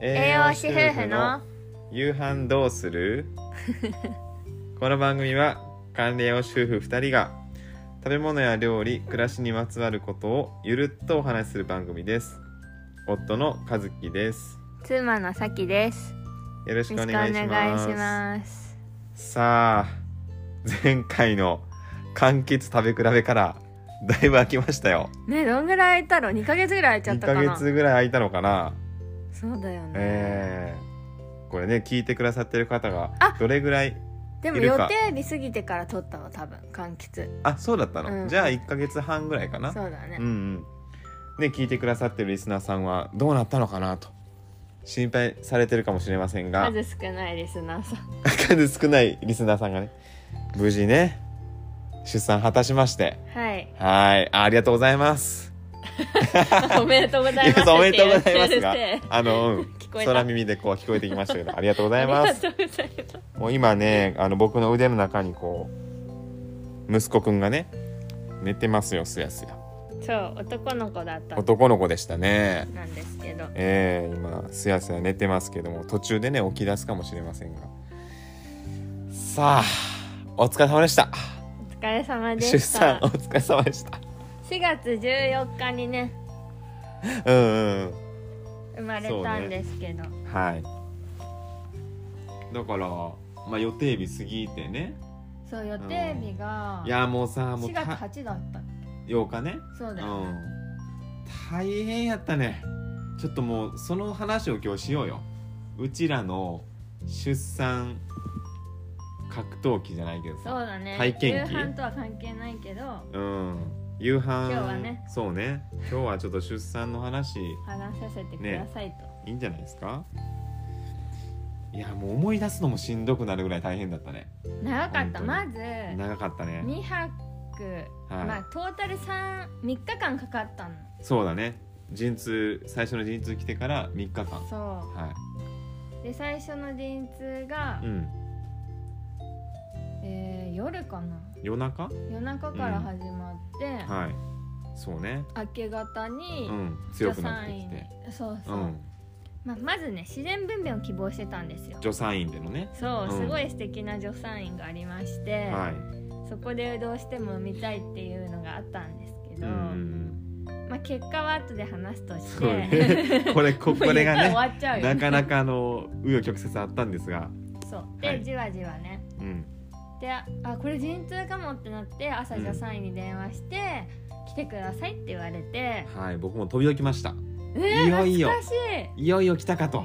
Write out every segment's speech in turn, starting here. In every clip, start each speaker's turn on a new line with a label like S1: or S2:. S1: 栄養士夫婦の
S2: 夕飯どうす るこの番組は管理栄養士夫婦2人が食べ物や料理暮らしにまつわることをゆるっとお話しする番組です夫の和樹です
S1: 妻のさきです。
S2: よろし
S1: よ
S2: く
S1: ろ
S2: お
S1: しくお願
S2: 願い
S1: い
S2: し
S1: し
S2: ます
S1: ます。
S2: さあ前回の柑橘食べ比べからだいぶ空きましたよ
S1: ねどんぐらい空いたろ ?2 ヶ月ぐらい空い
S2: 2
S1: ちゃった
S2: ヶ
S1: かな。
S2: 月ぐらい空いたのかな
S1: そうだよね。
S2: えー、これね聞いてくださってる方が
S1: あ
S2: どれぐらい
S1: でも
S2: いる
S1: 予
S2: か
S1: 定日過ぎてから撮ったの多分柑橘。
S2: あそうだったの、
S1: うん
S2: じゃあ1ヶ月半ぐらいかな
S1: そうだね
S2: うんう。んで聞いてくださってるリスナーさんはどうなったのかなと心配されてるかもしれませんが
S1: 数少ないリスナーさん。
S2: 数少ないリスナーさんがね無事ね出産果たしまして
S1: はい。
S2: はいあありがとうございます
S1: おめでとうござい
S2: いや
S1: ます。
S2: そうおめでとうございます
S1: っ
S2: が
S1: て言って
S2: あの、うん
S1: 聞こえた
S2: 空耳でこう聞こえてきましたけどありがとうござ
S1: あ
S2: い
S1: り
S2: ま
S1: が
S2: す
S1: とうございます。
S2: もう今ねあの僕の腕の中にこう息子くんがね寝てますよすやすや
S1: そう男の子だった
S2: 男の子でしたね
S1: なんですけど。
S2: えー、今すやすや寝てますけども途中でね起き出すかもしれませんがさあお疲れ様でした
S1: お疲れ様で
S2: 出
S1: した
S2: 産お。疲れ様でした
S1: 4月14日にね
S2: うんうんうん
S1: 生まれたんですけど、
S2: はいだからまあ予定日過ぎてね
S1: そう,、予
S2: 定日
S1: が
S2: いやもうさもうた
S1: 8だった
S2: 8日ね
S1: そうだよ、
S2: うん大変やったねちょっともうその話を今日しようようちらの出産格闘技じゃないけど
S1: そう
S2: さ
S1: だね
S2: 体験記
S1: 夕飯とは関係ないけど
S2: うん夕飯
S1: 今日はね
S2: そうね今日はちょっと出産の話
S1: 話させてくださいと、
S2: いいんじゃないですかいやもう思い出すのもしんどくなるぐらい大変だったね
S1: 長かったま
S2: 本
S1: ず
S2: 長かったね
S1: 2泊、
S2: はい、
S1: まあトータル3三日間かかったの
S2: そうだね陣痛最初の陣痛来てから3日間は
S1: そ
S2: いう
S1: で最初の陣痛が、
S2: うん
S1: えー夜かな
S2: 夜中
S1: 夜中から始まって、
S2: はいそうね
S1: 明け方に、
S2: うん、強くなってきて、
S1: 助産院そう
S2: う
S1: そう、
S2: ん、
S1: まあ、まずね自然分娩を希望してたんですよ
S2: 助産院でのね、
S1: そう、
S2: うん
S1: すごい素敵な助産院がありまして、
S2: はい、
S1: そこでどうしても産みたいっていうのがあったんですけ
S2: う
S1: ど、
S2: ん、
S1: まあ、結果は後で話すとして
S2: そう ねこれここれが
S1: もう言
S2: ね
S1: ったら終わっちゃうよ
S2: なかなかあの紆余曲折あったんですが、
S1: そうで、
S2: はい
S1: じわじわね
S2: うん、
S1: でああこれ陣痛かもってなって朝助産院に電話して、来てくださいって言われて
S2: はい僕も飛び起きました
S1: えー、
S2: いよいよ
S1: 懐かし
S2: いよいよ来たかと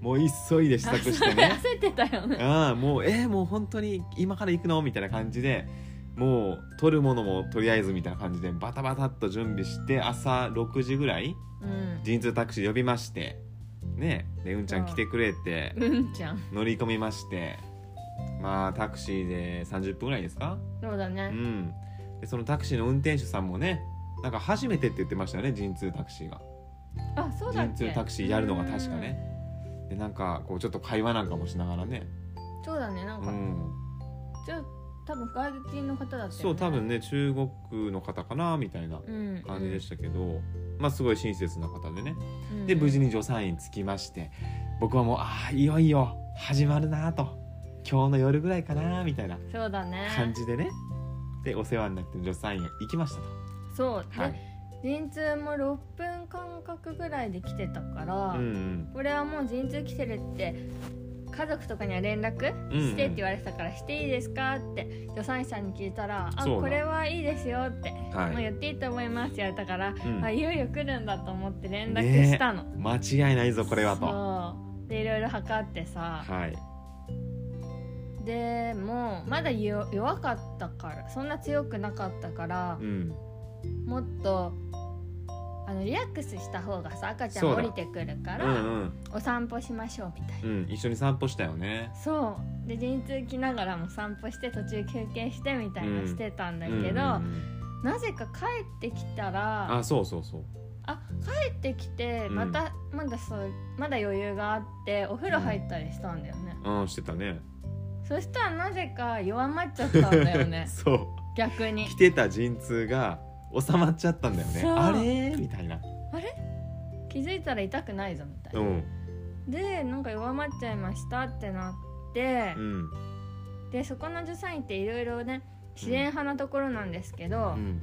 S2: もう急いで支度
S1: い
S2: して
S1: あ
S2: ね
S1: そ れ焦ってたよね
S2: ああもうえー、もう本当に今から行くのみたいな感じでもう取るものもとりあえずみたいな感じでバタバタっと準備して朝6時ぐらい
S1: うん
S2: 陣痛タクシー呼びましてねでうんちゃん来てくれて、
S1: うんちゃん
S2: 乗り込みましてまあタクシーで30分ぐらいですか
S1: そうだ
S2: う
S1: ね
S2: んでそのタクシーの運転手さんもねなんか初めてって言ってましたよね陣痛タクシーが
S1: あそうだっ
S2: 陣
S1: け
S2: 痛タクシーやるのが確かねでなんかこうちょっと会話なんかもしながらね
S1: うんそうだねなん
S2: う
S1: か、
S2: ん
S1: ちょ多分外人の方だったよね
S2: そう多分ね中国の方かなみたいな
S1: うん
S2: 感じでしたけどまあすごい親切な方でね
S1: うん
S2: で無事に助産院着きまして僕はもうああいよいよ始まるなと今日の夜ぐらいかなみたいな
S1: そうだね
S2: 感じでねでお世話になってる助産院行きましたと、
S1: そうで、
S2: はい
S1: 陣痛も6分間隔ぐらいで来てたから、
S2: うん
S1: これはもう陣痛来てるって家族とかには連絡してって言われてたから、していいですかって助産師さんに聞いたら「あ
S2: そうだ
S1: これはいいですよ」って、
S2: うんは
S1: もう
S2: い、
S1: 言っていいと思います」って言われたから、
S2: うん
S1: あいよいよ来るんだと思って連絡したの、
S2: 間違いないぞこれはと
S1: そうでいろいろ測ってさ、
S2: はい
S1: でもまだよ弱かったからそんな強くなかったから
S2: う、ん
S1: もっとあのリラックスした方がさ赤ちゃ
S2: そ
S1: ん
S2: う
S1: 降
S2: だ
S1: りてくるか
S2: う
S1: ら、
S2: んうん
S1: お散歩しましょうみたいな、
S2: うん一緒に散歩したよね
S1: そうで陣痛着ながらも散歩して途中休憩してみたいな
S2: うん
S1: してたんだ
S2: だ
S1: けど、
S2: うん、
S1: なぜか帰ってきたら
S2: あ
S1: あ
S2: そうそうそう
S1: 帰ってきて
S2: うん
S1: また、まだそうまだ余裕があってお風呂入ったりしたんだよね、
S2: うんしてたね
S1: そしたらなぜか弱まっちゃったんだよ ね
S2: そう
S1: 逆に
S2: 来てた陣痛が収まっちゃったんだよね
S1: そう
S2: あれみたいな
S1: 気づいたら痛くないぞみたいな、
S2: うん
S1: でなんか弱まっちゃいましたってなって
S2: う、ん
S1: でそこの助産院っていろいろね自然派なところなんですけど、
S2: うん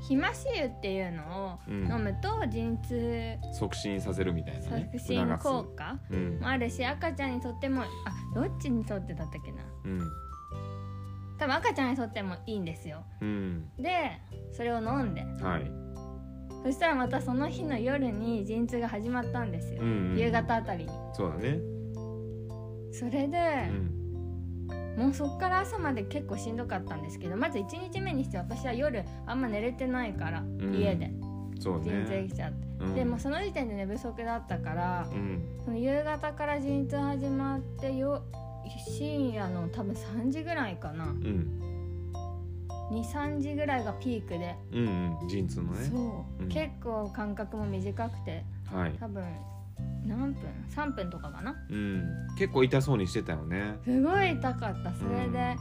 S1: ひまし油っていうの
S2: う
S1: を飲
S2: ん
S1: むと陣痛
S2: 促進させるみたいなね
S1: 促進
S2: 促す
S1: 効果
S2: うん
S1: もあるし赤ちゃんにとってもあどっちにとってだったっけな
S2: うん
S1: 多分赤ちゃんにとってもいいんですよ
S2: うん
S1: でそれを飲んで
S2: はい
S1: そしたらまたその日の夜に陣痛が始まったんですよ
S2: う、んうん
S1: 夕方あたりに
S2: そうだね
S1: それ
S2: う
S1: で、
S2: ん
S1: もうそっから朝まで結構しんどかったんですけどまず1日目にして私は夜あんま寝れてないから、
S2: ん
S1: 家で
S2: そう
S1: 陣痛
S2: ね
S1: きちゃって、
S2: うん
S1: でもうその時点で寝不足だったから
S2: うん
S1: その夕方から陣痛始まってよ深夜の多分3時ぐらいかな
S2: うん
S1: 23時ぐらいがピークで
S2: うんうん陣痛のね
S1: そう、
S2: うん
S1: 結構間隔も短くて
S2: はい
S1: 多分何分3分とかかな
S2: うん結構痛そうにしてたよね
S1: すごい痛かったそれ
S2: うん
S1: で、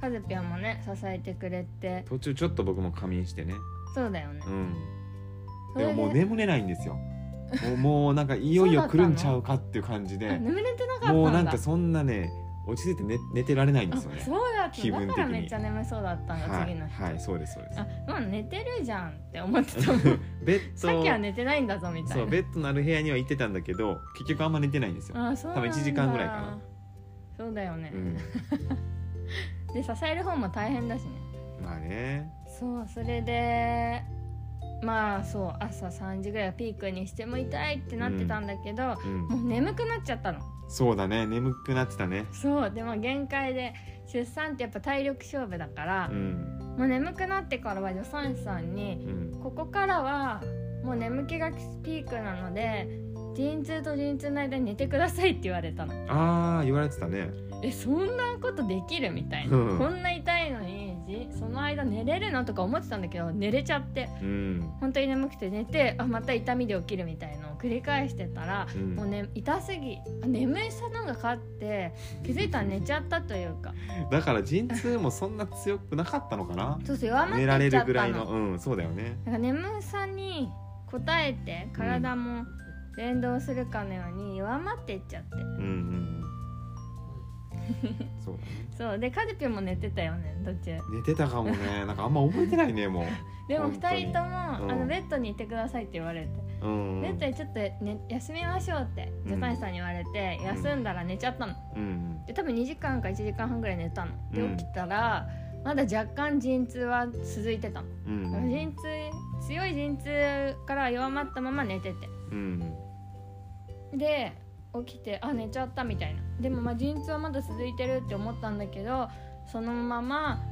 S1: カズピョンもね支えてくれて
S2: 途中ちょっと僕も仮眠してね
S1: そうだよね、
S2: うん
S1: そ
S2: で
S1: れ
S2: も
S1: で
S2: もう眠れないん ですよもうもうなんかいよいよ来るんちゃうかっていう感じ
S1: あ
S2: で
S1: 眠れてなかったんだ
S2: もうなんかそんなね落ち着いて寝寝てられないん
S1: あ
S2: です
S1: そ
S2: よ
S1: う
S2: ね
S1: だった
S2: 気分
S1: だ
S2: 的
S1: か
S2: に
S1: らめっちゃ眠そうだったんだ、
S2: は
S1: 次
S2: い
S1: の日、
S2: はいそうですそうです
S1: あもう寝てるじゃんって思ってたもんさ
S2: ベッド
S1: っきは寝てないんだぞみたい
S2: そ
S1: な
S2: うベッドのある部屋には行ってたんだけど結局あんま寝てないんですよ、
S1: あそうなんだ
S2: 多分1時間ぐらいかな
S1: そうだよね
S2: う、ん、
S1: で支える方も大変だしね
S2: まあね
S1: そうそれでまあそう朝3時ぐらいをピークにしても痛いってなってたんだけど、
S2: うん
S1: もう眠くなっちゃったの
S2: そうだね眠くなってたね
S1: そうでも限界で出産ってやっぱ体力勝負だから
S2: う、ん
S1: もう眠くなってからは助産師さんに
S2: うん
S1: ここからはもう眠気がピークなので陣痛と陣痛の間に寝てくださいって言われたの
S2: ああ言われてたね
S1: えそんなことできるみたいな、
S2: うん
S1: こんな痛いのにじその間寝れるのとか思ってたんだけど寝れちゃって
S2: うん、
S1: 本当に眠くて寝てあまた痛みで起きるみたいのを繰り返してたら
S2: うん、
S1: もう、ね、痛すぎあ眠さなんか勝って気づいたら寝ちゃったというか
S2: だから陣痛もそんな強くなかったの かな
S1: そうそう弱まって
S2: 寝ら
S1: っ
S2: れ
S1: ちゃ
S2: る
S1: っ
S2: ぐら
S1: た
S2: い
S1: の
S2: のうんそうだよね
S1: なんか眠さに応えて体も連動するかのように弱まっていっちゃって
S2: うんうんうんそうだね
S1: そうでカズピョンも寝てたよね途中
S2: 寝てたかもね なんかあんま覚えてないねも
S1: でも
S2: 本当に
S1: 2人とも、
S2: うん
S1: あのベッドにいてくださいって言われて、
S2: う、うんうん、
S1: ベッドにちょっと、ね、休みましょうって
S2: うん
S1: 助産師さんに言われて、
S2: ん
S1: 休んだら寝ちゃったの
S2: うん
S1: で多分2時間か1時間半ぐらい寝たので
S2: うん
S1: 起きたら、まだ若干陣痛は続いてたの
S2: うんうん
S1: 陣痛強い陣痛から弱まったまま寝てて
S2: うん
S1: で起きてあ寝ちゃったみたいなでもまあ陣痛はまだ続いてるって思ったんだけどそのまま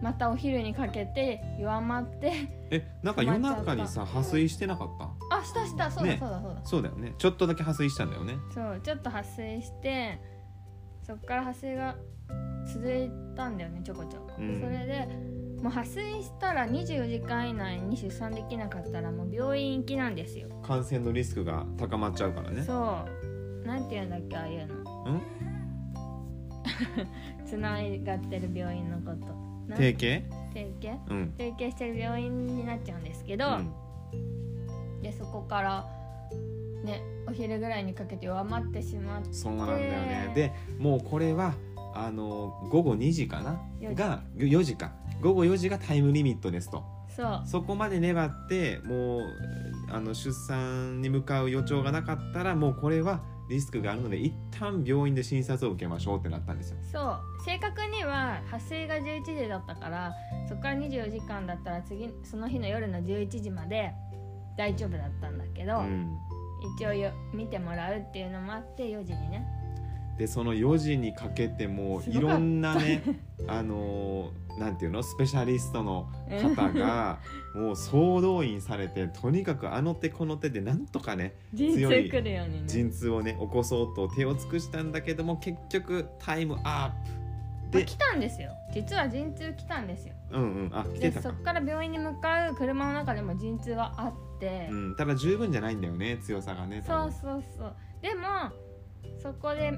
S1: またお昼にかけて弱まって
S2: えなんか夜中にさ破水してなかった
S1: あしたしたそうだ、
S2: ね
S1: そうだそうだ
S2: そうだよねちょっとだけ破水したんだよね
S1: そうちょっと発生してそっから発生が続いたんだよねちょこちょこ、
S2: うん
S1: それでもう破水したら24時間以内に出産できなかったらもう病院行きなんですよ、
S2: 感染のリスクが高まっちゃうからね
S1: そうなんていうんだっけああいうの
S2: うん
S1: つながってる病院のことなん
S2: 定型
S1: 提携
S2: うん
S1: 提携してる病院になっちゃうんですけど、
S2: ん
S1: でそこからねお昼ぐらいにかけて弱まってしまって
S2: そうなんだよねでもうこれはあの午後2時かな
S1: 4時
S2: が4時か午後4時がタイムリミットですと
S1: そう
S2: そこまで粘ってもうあの出産に向かう予兆がなかったらもうこれはリスクがあるので一旦病院で診察を受けましょうってなったんですよ。
S1: そう正確には発生が11時だったからそこから24時間だったら次その日の夜の11時まで大丈夫だったんだけど、
S2: うん
S1: 一応よ見てもらうっていうのもあって4時にね
S2: でその4時にかけても
S1: す
S2: うい
S1: ごかった
S2: ろんなねあのーなんていうのスペシャリストの方がもう総動員されてとにかくあの手この手でなんとかね
S1: 人
S2: 強い
S1: 生来るようにね
S2: 陣痛をね起こそうと手を尽くしたんだけども結局タイムアップ
S1: あ
S2: で
S1: 来たんですよ実は陣痛来たんですよ
S2: うんうんあ来て
S1: で
S2: た
S1: そ
S2: か
S1: こ、から病院に向かう車の中でも陣痛はあって、
S2: うん、ただ十分じゃないんだよね強さがね
S1: そ
S2: 多
S1: う
S2: 分
S1: そうそうでもそこで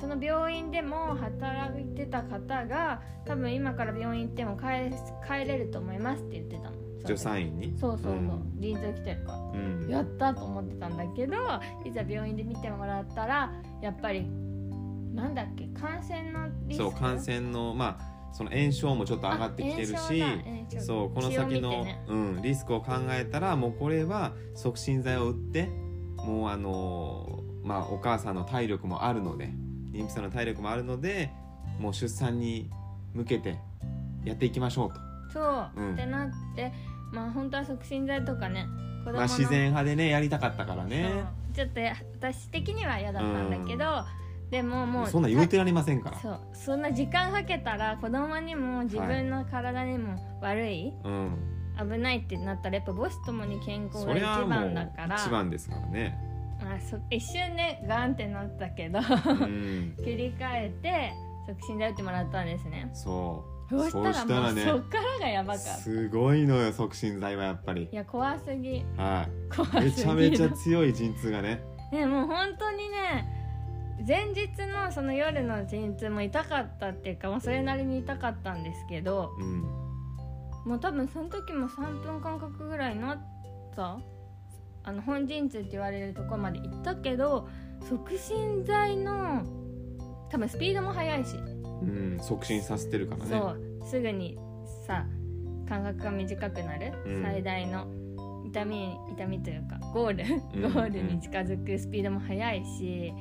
S1: その病院でも働いてた方が多分今から病院行っても帰帰れると思いますって言ってたの
S2: 助産院に
S1: そうそうそう、
S2: うん
S1: 臨場来てるから
S2: うん
S1: やったと思ってたんだけどいざ病院で見てもらったらやっぱりなんだっけ感染のリスク
S2: そう感染のまあその炎症もちょっと上がってきてる
S1: あ
S2: し
S1: 炎症だ炎症
S2: そうこの先
S1: 血を
S2: の、
S1: 見てね
S2: うん、リスクを考えたらもうこれは促進剤を打ってもうあのーまあお母さんの体力もあるので妊婦さんの体力もあるのでもう出産に向けてやっていきましょうと、
S1: そう、
S2: うん
S1: ってなってまあ本当は促進剤とかね子供の
S2: まあ、自然派でねやりたかったからね
S1: そうちょっとや私的には嫌だったんだけど、でももう
S2: そんな言うてられませんから
S1: そうそんな時間かけたら子供にも自分の体にも悪い、
S2: うん
S1: 危ないってなったらやっぱ母子ともに健康
S2: そ
S1: が
S2: れは
S1: 一
S2: もう
S1: 番だから
S2: 一番ですからね、
S1: まあ、そ一瞬ねガンってなったけど
S2: うん、
S1: 切り替えて促進剤打ってもらったんですね
S2: そう
S1: そうしたら
S2: そうしたらね
S1: もうそっからがやばかったい
S2: すごいのよ促進剤はやっぱり
S1: や怖すぎ
S2: はい
S1: 怖 すぎる
S2: めちゃめちゃ強い陣痛がね
S1: ねもう本当にね前日のその夜の陣痛も痛かったっていうかもうそれなりに痛かったんですけど
S2: うん
S1: もう多分その時も3分間隔ぐらいなったあの本陣痛って言われるところまで行ったけど促進剤の多分スピードも速いし
S2: うん促進させてるからね
S1: そうすぐにさ間隔が短くなる、
S2: うん
S1: 最大の痛み痛みというかゴー
S2: うん
S1: ルゴールに近づくスピードも速いし、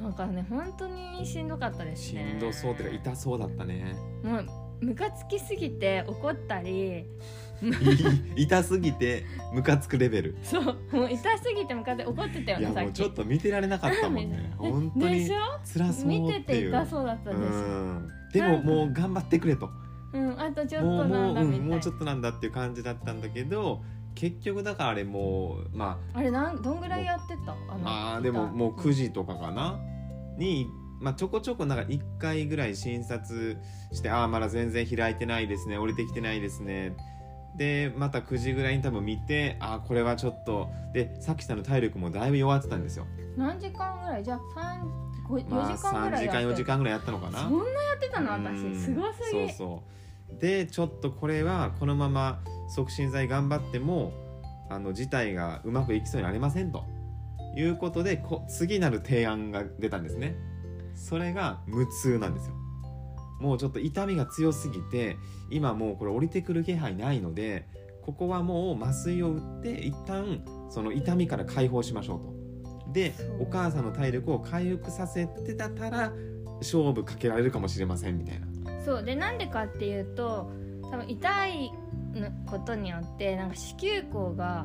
S1: なんかね本当にしんどかったです
S2: し
S1: ね
S2: んどそうっていうか痛そうだった ね
S1: もうムカつきすぎて怒ったり
S2: い痛すぎてムカつくレベル
S1: そうもう痛すぎてムカついて怒ってたよ
S2: いや
S1: ねさ
S2: も
S1: っ
S2: う
S1: き
S2: ちょっと見てられなかったもんね本当
S1: で
S2: に
S1: しょ
S2: 辛そ
S1: 見
S2: う
S1: て
S2: って
S1: て
S2: いう
S1: 痛そうだったでしょ
S2: んでももう頑張ってくれと
S1: うんあとちょっ
S2: も
S1: と
S2: う
S1: な
S2: も
S1: ん
S2: う、
S1: だ
S2: うん
S1: みたいな
S2: もうちょっとなんだっていう感じだったんだけど結局だからあれもうまあ
S1: あれなんどんぐらいやってたあの
S2: あーでも
S1: 痛い
S2: もう9時とかかなに、まあ、ちょこちょこなんか1回ぐらい診察してああまだ全然開いてないですね降りてきてないですねでまた9時ぐらいに多分見てああこれはちょっとでさっきさんの体力もだいぶ弱ってたんですよ、
S1: 何時間ぐらいじゃあ三五四
S2: まあ、
S1: 時間ぐら
S2: 3
S1: い
S2: 時
S1: や
S2: 間
S1: って
S2: 4時間ぐらいやったのかな
S1: そんなやってたの
S2: う
S1: 私
S2: ん
S1: すごすぎ
S2: そうそうでちょっとこれはこのまま促進剤頑張ってもあの事態がうまくいきそうになりませんということでこ次なる提案が出たんですねそれが無痛なんですよもうちょっと痛みが強すぎて今もうこれ降りてくる気配ないのでここはもう麻酔を打って一旦その痛みから解放しましょうとで
S1: そう
S2: お母さんの体力を回復させてたら勝負かけられるかもしれませんみたいな
S1: そうでなんでかっていうと多分痛いのことによってなんか子宮口が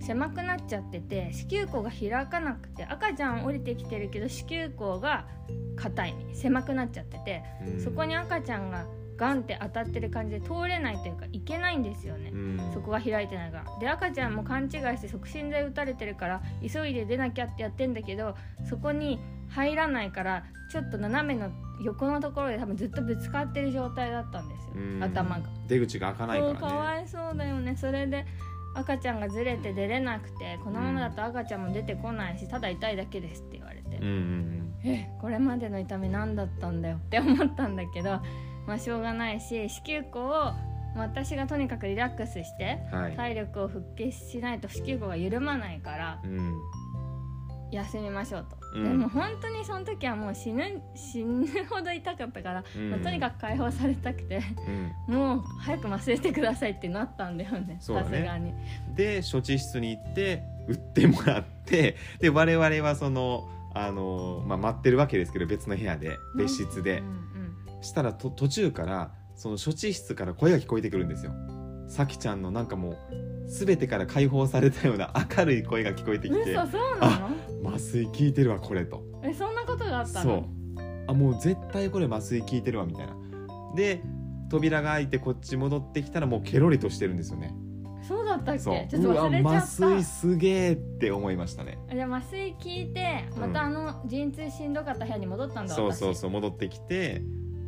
S1: 狭くなっちゃってて子宮口が開かなくて赤ちゃん降りてきてるけど子宮口が硬い狭くなっちゃってて、
S2: うん
S1: そこに赤ちゃんがガンって当たってる感じで通れないというかいけないんですよね、
S2: うん
S1: そこが開いてないからで赤ちゃんも勘違いして促進剤打たれてるから急いで出なきゃってやってんだけどそこに入らないからちょっと斜めの横のところで多分ずっとぶつかってる状態だったんですよ、
S2: うん
S1: 頭が、
S2: 出口が開かない
S1: そう
S2: か
S1: から
S2: ね
S1: わいそうだよねそれで赤ちゃんがずれて出れなくてこのままだと赤ちゃんも出てこないしただ痛いだけですって言われて、
S2: うんうん
S1: えこれまでの痛み何だったんだよって思ったんだけどまあしょうがないし子宮口をまあ私がとにかくリラックスして
S2: うんはい、
S1: 体力を復帰しないと子宮口が緩まないから
S2: うん
S1: 休みましょうと、
S2: うん
S1: でも本当にその時はもう死ぬ死ぬほど痛かったから、
S2: うん
S1: まあとにかく解放されたくて
S2: う
S1: もう早く麻酔してくださいってなったんだよね
S2: そうだ
S1: さ
S2: ね
S1: すがに
S2: ん、で処置室に行って打ってもらってで我々はそのあの、まあ、待ってるわけですけど別の部屋で別室で
S1: うんうん
S2: したらと途中からその処置室から声が聞こえてくるんですよさきちゃんのなんかもう全てから解放されたような明るい声が聞こえてきて
S1: 嘘そうなの
S2: 麻酔効いてるわこれと
S1: えそんなことがあった
S2: そう
S1: の
S2: あもう絶対これ麻酔効いてるわみたいなで扉が開いてこっち戻ってきたらもうケロリとしてるんですよね
S1: そうだったっけち
S2: そ
S1: ょ
S2: う
S1: っと忘れ
S2: う
S1: ち
S2: わ
S1: ゃ
S2: 麻
S1: った
S2: 酔すげーって思いましたね
S1: じゃあ麻酔効いて
S2: うん
S1: またあの陣痛しんどかった部屋に戻ったんだ、
S2: そうそう
S1: 私
S2: そう戻ってきて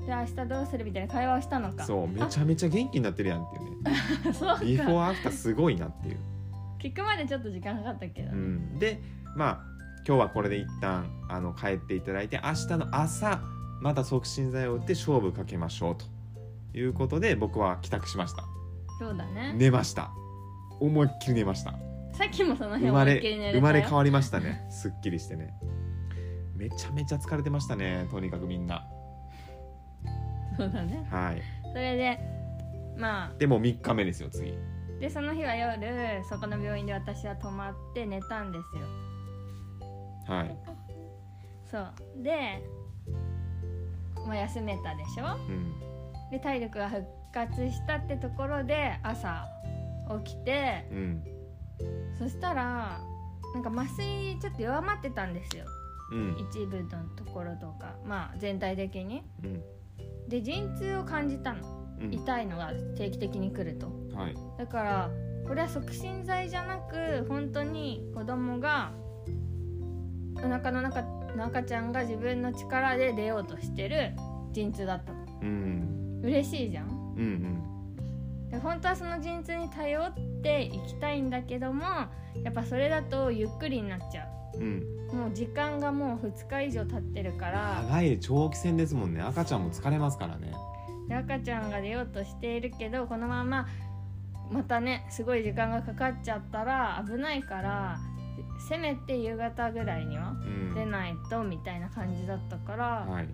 S1: じゃあ明日どうするみたいな会話をしたのか
S2: そうめちゃめちゃ元気になってるやんっていうね
S1: あ そうか
S2: ビフォーアフターすごいなっていう、
S1: 聞くまでちょっと時間かかったけど
S2: うん、でまあ今日はこれで一旦あの帰っていただいて明日の朝また促進剤を打って勝負かけましょうということで僕は帰宅しました
S1: そうだね
S2: 寝ました思いっきり寝ました
S1: さっきもその辺
S2: 生ま
S1: 思いっき
S2: れ
S1: り寝
S2: 生
S1: れ
S2: ま
S1: た
S2: れ
S1: よ
S2: 変わりましたねすっきりしてねめちゃめちゃ疲れてましたねとにかくみんな
S1: そうだね
S2: はい
S1: それでま
S2: でもう3日目ですよ次
S1: あでその日は夜そこの病院で私は泊まって寝たんですよ
S2: はい、
S1: そうでもう休めたでしょ
S2: うん、
S1: で体力が復活したってところで朝起きて
S2: うん
S1: そしたらなんか麻酔ちょっと弱まってたんですよ
S2: うん
S1: 一部のところとかまあ全体的に
S2: うん
S1: で陣痛を感じたの
S2: うん
S1: 痛いのが定期的に来ると
S2: はい
S1: だからこれは促進剤じゃなく本当に子供がお腹の中の赤ちゃんが自分の力で出ようとしてる陣痛だったの
S2: うん
S1: 嬉しいじゃん
S2: うんうん
S1: で本当はその陣痛に頼っていきたいんだけどもやっぱそれだとゆっくりになっちゃ
S2: うん
S1: うもう時間がもう2日以上経ってるから
S2: 長い長期戦ですもんね赤ちゃんも疲れますからね
S1: で赤ちゃんが出ようとしているけどこのまままたねすごい時間がかかっちゃったら危ないからせめて夕方ぐらいには
S2: うん
S1: 出ないとみたいな感じだったから、
S2: はい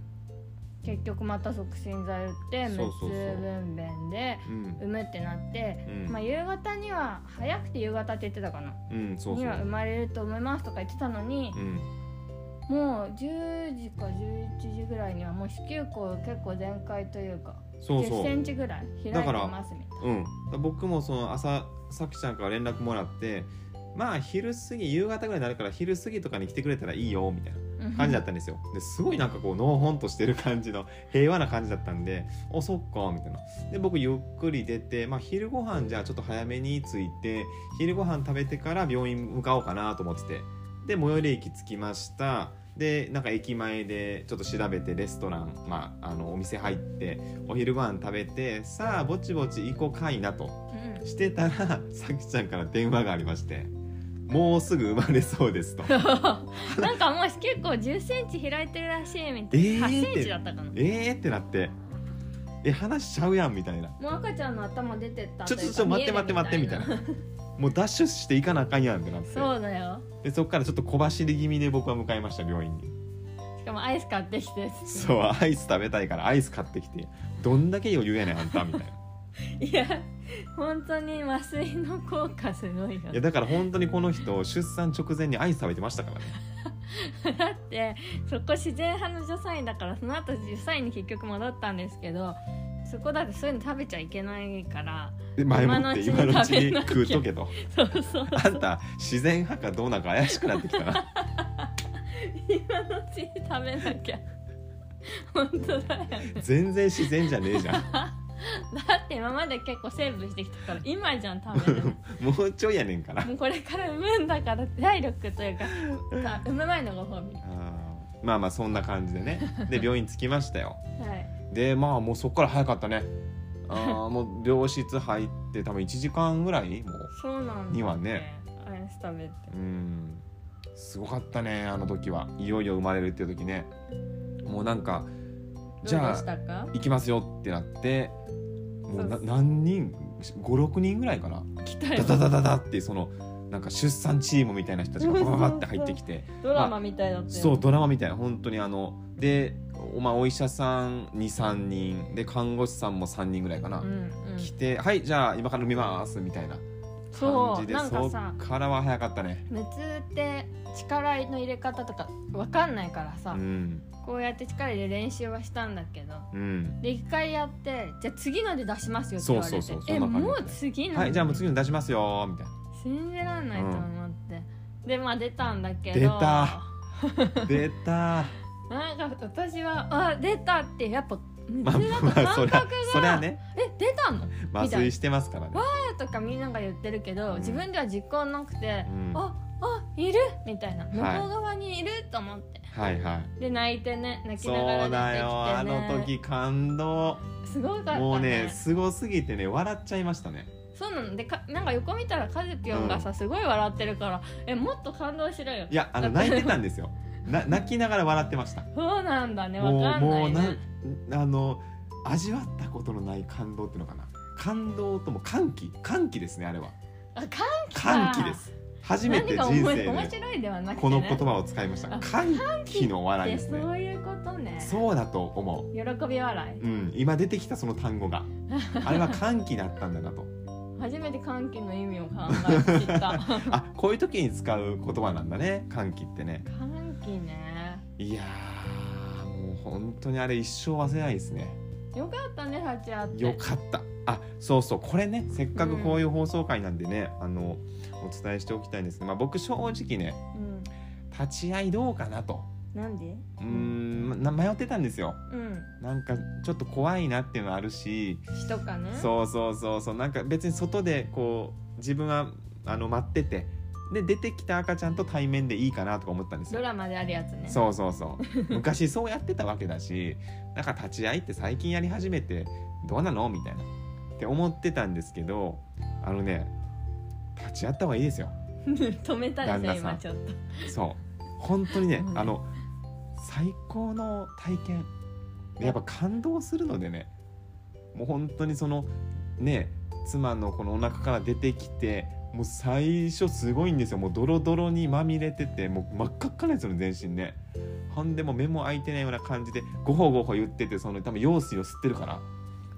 S1: 結局また促進剤打って無
S2: そうそうそう
S1: 痛分娩で
S2: うん
S1: 産むってなって、
S2: うん
S1: まあ、夕方には早くて夕方って言ってたかな
S2: うんそうそ
S1: には生
S2: う
S1: まれると思いますとか言ってたのに
S2: う、ん
S1: もう10時か11時ぐらいにはもう子宮口結構全開というか
S2: そうそ
S1: 10
S2: う
S1: センチぐらい開いて
S2: だから
S1: ますみたいな
S2: うん、僕もその朝さきちゃんから連絡もらってまあ昼過ぎ夕方ぐらいになるから昼過ぎとかに来てくれたらいいよみたいな感じだったんですよですごいなんかこうのほほんとしてる感じの平和な感じだったんで「おそっか」みたいなで僕ゆっくり出て、まあ、昼ご飯じゃあちょっと早めに着いて昼ご飯食べてから病院向かおうかなと思っててで最寄り駅着きましたでなんか駅前でちょっと調べてレストラン、まあ、あのお店入ってお昼ご飯食べてさあぼちぼち行こうかいなと
S1: う
S2: してたらさきちゃんから電話がありまして「もうすぐ生まれそうです」と。
S1: ん、 なんかもう結構10センチ開いてるらしいみた
S2: え
S1: い
S2: ー
S1: な、
S2: って
S1: 8センチだったかな
S2: えーってなってえ話しちゃうやんみたいな
S1: もう赤ちゃんの頭出てった
S2: ちょっとちょっと待って待って待ってみたいなもうダッシュしていかなあかんやんってなって
S1: そうだよ
S2: でそっからちょっと小走り気味で僕は向かいました病院に
S1: しかもアイス買ってきて
S2: そうアイス食べたいからアイス買ってきてどんだけ余裕やねんあんたみたいない
S1: や本当に麻酔の効果すごいよ
S2: いやだから本当にこの人出産直前にアイス食べてましたからね
S1: だってそこ自然派の助産院だからその後助産院に結局戻ったんですけどそこだってそういうの食べちゃいけな いから
S2: で前もって今
S1: 今
S2: の
S1: の
S2: う
S1: う
S2: ち
S1: ち
S2: に
S1: に
S2: 食うとけと
S1: そうそう
S2: あんた自然派かどうなんか怪しくなってきたな
S1: 今のうちに食べなきゃ本当だよね
S2: 全然自然じゃねえじゃん
S1: だって今まで結構セーブしてきたから今じゃん食べる の
S2: もうちょいやねんから
S1: もうこれから産むんだから体力 というかさ産む前のご褒美
S2: あーまあまあそんな感じでね で病院着きましたよ
S1: はい
S2: でまあもうそっから早かったね あーもう病室入って多分1時間ぐらいもう
S1: そうなんだ、
S2: にはね
S1: アイス食べて
S2: うんすごかったねあの時はいよいよ生まれるっていう時ねもうなんかじ
S1: どう
S2: ゃ
S1: でし
S2: あ
S1: たか
S2: 行きますよってなってもうな
S1: そうそう
S2: 何人56人ぐらいかな
S1: 来た
S2: ダ
S1: よ
S2: ダダダダってそのなんか出産チームみたいな人たちがババババって入ってきて
S1: ドラマみたいだったよね
S2: そうドラマみたいな本当にあのでお,、まあ、お医者さん23人で看護師さんも3人ぐらいかな、
S1: うんうん
S2: 来て「はいじゃあ今から産みます」みたいな感
S1: そう
S2: じで
S1: なんかさ
S2: っからは早かったね
S1: 無痛って力の入れ方とかわかんないから
S2: う
S1: さ、
S2: ん
S1: こうやって力入れる練習はしたんだけど
S2: うん
S1: で一回やってじゃあ次ので出しますよって言われて
S2: そうそうそう
S1: え
S2: そんな感じ
S1: もう次の
S2: はいじゃあもう次の出しますよみたい
S1: 信じられないと思って、でまあ出たんだけど
S2: 出たな出た
S1: なんか私はあ出たってやっぱ無
S2: まあ
S1: 痛だと
S2: まあそ
S1: 感覚
S2: り
S1: が、
S2: ゃそりゃね
S1: え出たの
S2: 麻酔してますからね
S1: とかみんなが言ってるけど、
S2: うん
S1: 自分では実感なくて
S2: う、んは
S1: ああいるみたいな向こう側にいると思って、
S2: いはい
S1: で泣いてね泣き
S2: そう
S1: ながら出てきて、ね、
S2: だよあの時感動
S1: すごかったね
S2: もうねすごすぎてね笑っちゃいましたね
S1: そうなのでかなんか横見たらカズピョンがさ、すごい笑ってるからえもっと感動しろよ
S2: いやあの
S1: だっ
S2: 泣いてたんですよな泣きながら笑ってました
S1: そうなんだねわ
S2: も
S1: か
S2: うん
S1: な
S2: もう
S1: い
S2: な
S1: ね
S2: あの味わったことのない感動ってのかな感動とも歓喜歓喜ですねあれは
S1: あ歓喜
S2: 歓
S1: か
S2: 喜です初めて
S1: 何
S2: 人
S1: が
S2: 生
S1: 面白い
S2: で
S1: 面白いではなくて、ね、
S2: この言葉を使いました
S1: あ
S2: 歓喜の笑い
S1: で
S2: です
S1: そ
S2: ね
S1: ういうことね
S2: そうだと思
S1: 喜び笑
S2: ううん今出てきたその単語があれは歓喜だったんだなと
S1: い初めて歓喜の意味を考えてきた
S2: あこういう時に使う言葉なんだね歓喜ってね
S1: 歓喜ね
S2: いやーもう本当にあれ一生忘れないですね
S1: よかったね幸あって
S2: よかったあそうそうこれねせっかくこういう放送回なんでね、あのお伝えしておきたいんですが、まあ、僕正直ね
S1: うん
S2: 立ち会いどうかなと
S1: なんで
S2: うーんな迷ってたんですよ
S1: うん
S2: なんかちょっと怖いなっていうのはあるし、
S1: 死とかね
S2: そうそうそうそうなんか別に外でこう自分はあの待っててで出てきた赤ちゃんと対面でいいかなとか思ったんです
S1: ド
S2: よ
S1: ラマであるやつね
S2: そうそうそう昔そうやってたわけだしなんか立ち会いって最近やり始めてどうなのみたいなって思ってたんですけどあのね立ち会った方がいいですよ
S1: 止めたで
S2: 旦那
S1: す
S2: さん
S1: よ今ちょっと
S2: そう本当にね
S1: もうね
S2: あの最高の体験でやっぱ感動するのでねもう本当にそのね妻のこのお腹から出てきてもう最初すごいんですよもうドロドロにまみれててもう真っ赤っかなんですよね全身ねほんでもう目も開いてないような感じでごほごほ言っててその多分羊水を吸ってるから、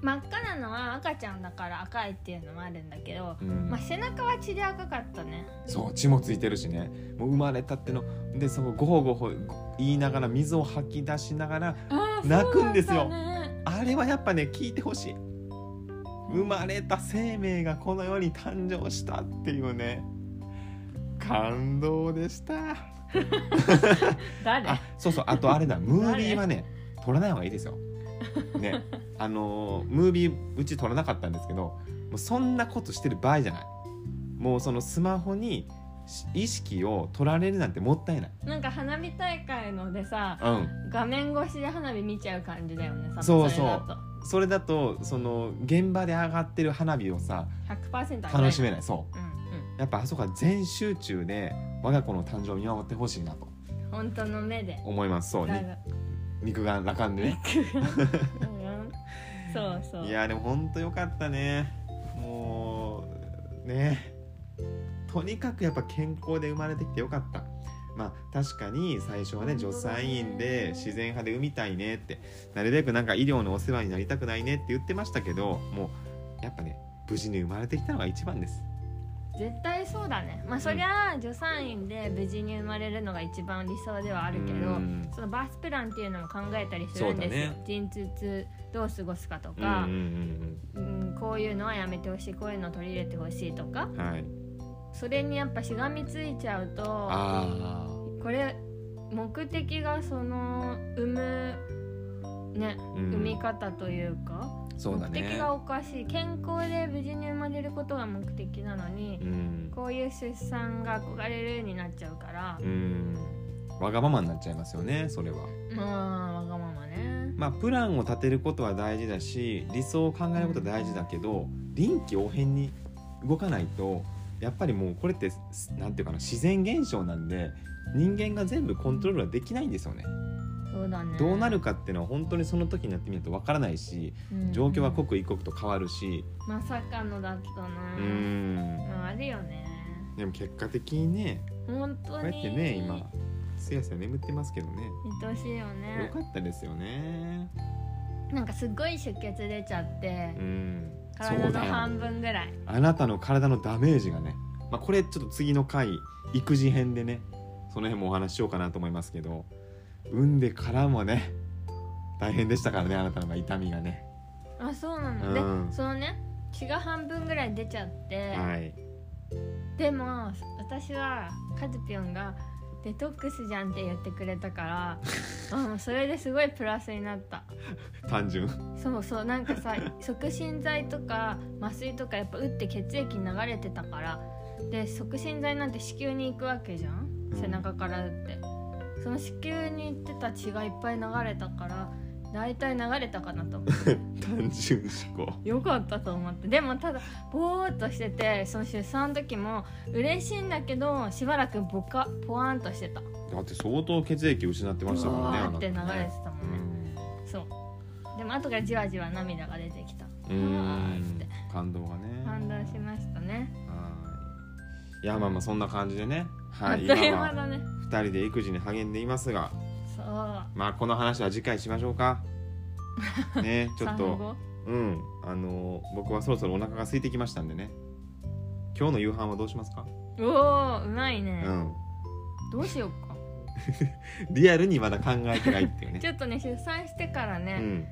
S1: 真っ赤なのは赤ちゃんだから赤いっていうのもあるんだけど、
S2: うん
S1: まあ、背中は血で赤かったね
S2: そう血もついてるしねもう生まれたってのでそのごほごほ言いながら水を吐き出しながら
S1: あ
S2: ー泣くんですよそう
S1: ね、
S2: あれはやっぱね聞いてほしい生まれた生命がこの世に誕生したっていうね感動でした
S1: 誰
S2: あそうそうあとあれだムービーはね撮らない方がいいですよねあのームービーうち撮らなかったんですけどもうそんなことしてる場合じゃないもうそのスマホにし意識を取られるなんてもったいない
S1: なんか花火大会のでさ
S2: うん
S1: 画面越しで花火見ちゃう感じだよねさ
S2: そうそう
S1: れだと
S2: それだとその現場で上がってる花火をさ
S1: 100%
S2: 楽しめ
S1: ない、
S2: ないそう
S1: うん
S2: やっぱあそこは全集中で我が子の誕生を見守ってほしいなと
S1: うん、本当の目で
S2: 思いますそう
S1: だ
S2: に
S1: が
S2: 肉眼裸眼でね
S1: うんそうそう
S2: いやでもほんとよかったねもうねとにかくやっぱ健康で生まれてきてよかったまあ確かに最初はね助産院で自然派で産みたいねってなるべくなんか医療のお世話になりたくないねって言ってましたけどもうやっぱね無事に生まれてきたのが一番です
S1: 絶対そうだねまあそりゃあ助産院で無事に生まれるのが一番理想ではあるけど、
S2: うん
S1: そのバースプランっていうのも考えたりするんです
S2: そう
S1: よ、
S2: だね
S1: 陣痛どう過ごすかと
S2: うんうん
S1: か、
S2: うん
S1: うんこういうのはやめてほしいこういうのを取り入れてほしいとか
S2: うんはい
S1: それにやっぱしがみついちゃうと
S2: ああ
S1: これ目的がその産むね
S2: うん
S1: 産み方というか、
S2: そうだ
S1: 目
S2: ね
S1: 的がおかしい健康で無事に生まれることが目的なのに、
S2: うん、
S1: こういう出産が憧れるになっちゃうから
S2: う、ん、わがままになっちゃいますよねそれは
S1: まあわがままね
S2: まあプランを立てることは大事だし理想を考えることは大事だけど臨機応変に動かないとやっぱりもうこれってすなんていうかな自然現象なんで人間が全部コントロールはできないんですよね
S1: そうだね
S2: どうなるかっていうのは本当にその時になってみるとわからないし
S1: うん
S2: 状況は刻一刻と変わるし
S1: まさかのだっ
S2: う
S1: たな、
S2: ん
S1: まあ、あるよね
S2: でも結果的にね
S1: 本当
S2: こうやっ
S1: に
S2: てね今すやすや眠ってますけどね
S1: 愛しいよ
S2: よ
S1: ね
S2: かったですよね
S1: なんかすごい出血出ちゃって、
S2: うん
S1: 体の
S2: よ
S1: 半分ぐらい
S2: あなたの体のダメージがね、まあ、これちょっと次の回育児編でねその辺もお話ししようかなと思いますけど産んでからもね大変でしたからねあなたの痛みがね
S1: あそうなの、で
S2: うん
S1: そのね血が半分ぐらい出ちゃって、
S2: はい
S1: でも私はカズピョンが「デトックスじゃん」って言ってくれ たからうんそれですごいプラスになった
S2: 単純
S1: そうそうなんかさ 促進剤とか麻酔とかやっぱ打って血液流れてたからで促進剤なんて子宮に行くわけじゃん
S2: うん
S1: 背中から打って、その子宮に行ってた血がいっぱい流れたから大体流れたかなと思って
S2: 単純思考
S1: よかったと思ってでもただぼーっとしててその出産の時も嬉しいんだけどしばらくぼかぽわんとしてた
S2: だって相当血液失ってましたもんね
S1: わ
S2: あ
S1: ー
S2: な
S1: って流
S2: た
S1: れ
S2: ね
S1: てたもんねそうでも後からじわじわ涙が出てきた
S2: うん
S1: わーって
S2: うん感動がね
S1: 感動しましたね
S2: はいいやまあまあそんな感じでね
S1: あ
S2: は
S1: っ
S2: い
S1: と
S2: 今
S1: いう間
S2: は
S1: だね
S2: 2人で育児に励んでいますが
S1: そう
S2: まあこの話は次回しましょう かねちょっ
S1: 産
S2: と
S1: 後
S2: うんあの僕はそろそろお腹が空いてきましたんでね今日の夕飯はどうしますか、
S1: おおうまいね、
S2: うん、
S1: どうしようか
S2: リアルにまだ考えてないっていうね
S1: ちょっとね出産してから
S2: う
S1: ね、
S2: ん、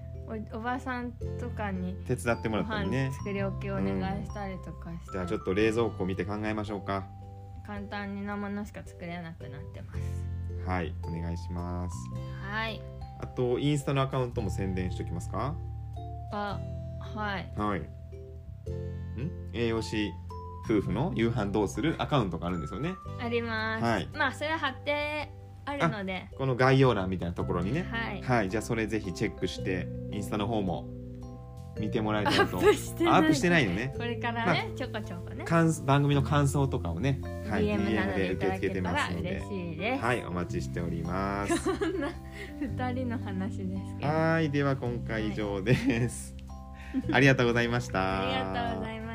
S1: おおばさんとかに
S2: 手伝ってもら
S1: ご
S2: ったり
S1: 飯
S2: ね
S1: 作り置きお願いしたりとかして、
S2: じゃあちょっと冷蔵庫を見て考えましょうか
S1: 簡単になものしか作れなくなってます
S2: はいお願いします
S1: はい
S2: あとインスタのアカウントも宣伝しておきますか
S1: あはい
S2: はい。ん栄養士夫婦の夕飯どうするアカウントがあるんですよね。
S1: あります、
S2: はい
S1: まあそれは貼ってあるので
S2: この概要欄みたいなところにね。
S1: はい
S2: はい。じゃあそれぜひチェックして、インスタの方も見てもらえ
S1: ア
S2: たらと。
S1: ップしてない
S2: アップしてないよね
S1: これからね、ちょこちょこね
S2: 感想番組の感想とかをね、はい、
S1: DM などでい
S2: 受
S1: た
S2: け付け
S1: だけ
S2: て
S1: た
S2: ま
S1: ら
S2: すので
S1: 嬉、しいです、
S2: はい、お待ちしており ます。
S1: そんな2人の話ですけ ど
S2: はい、では今回以上です。ありがとうございました。
S1: ありがとうございました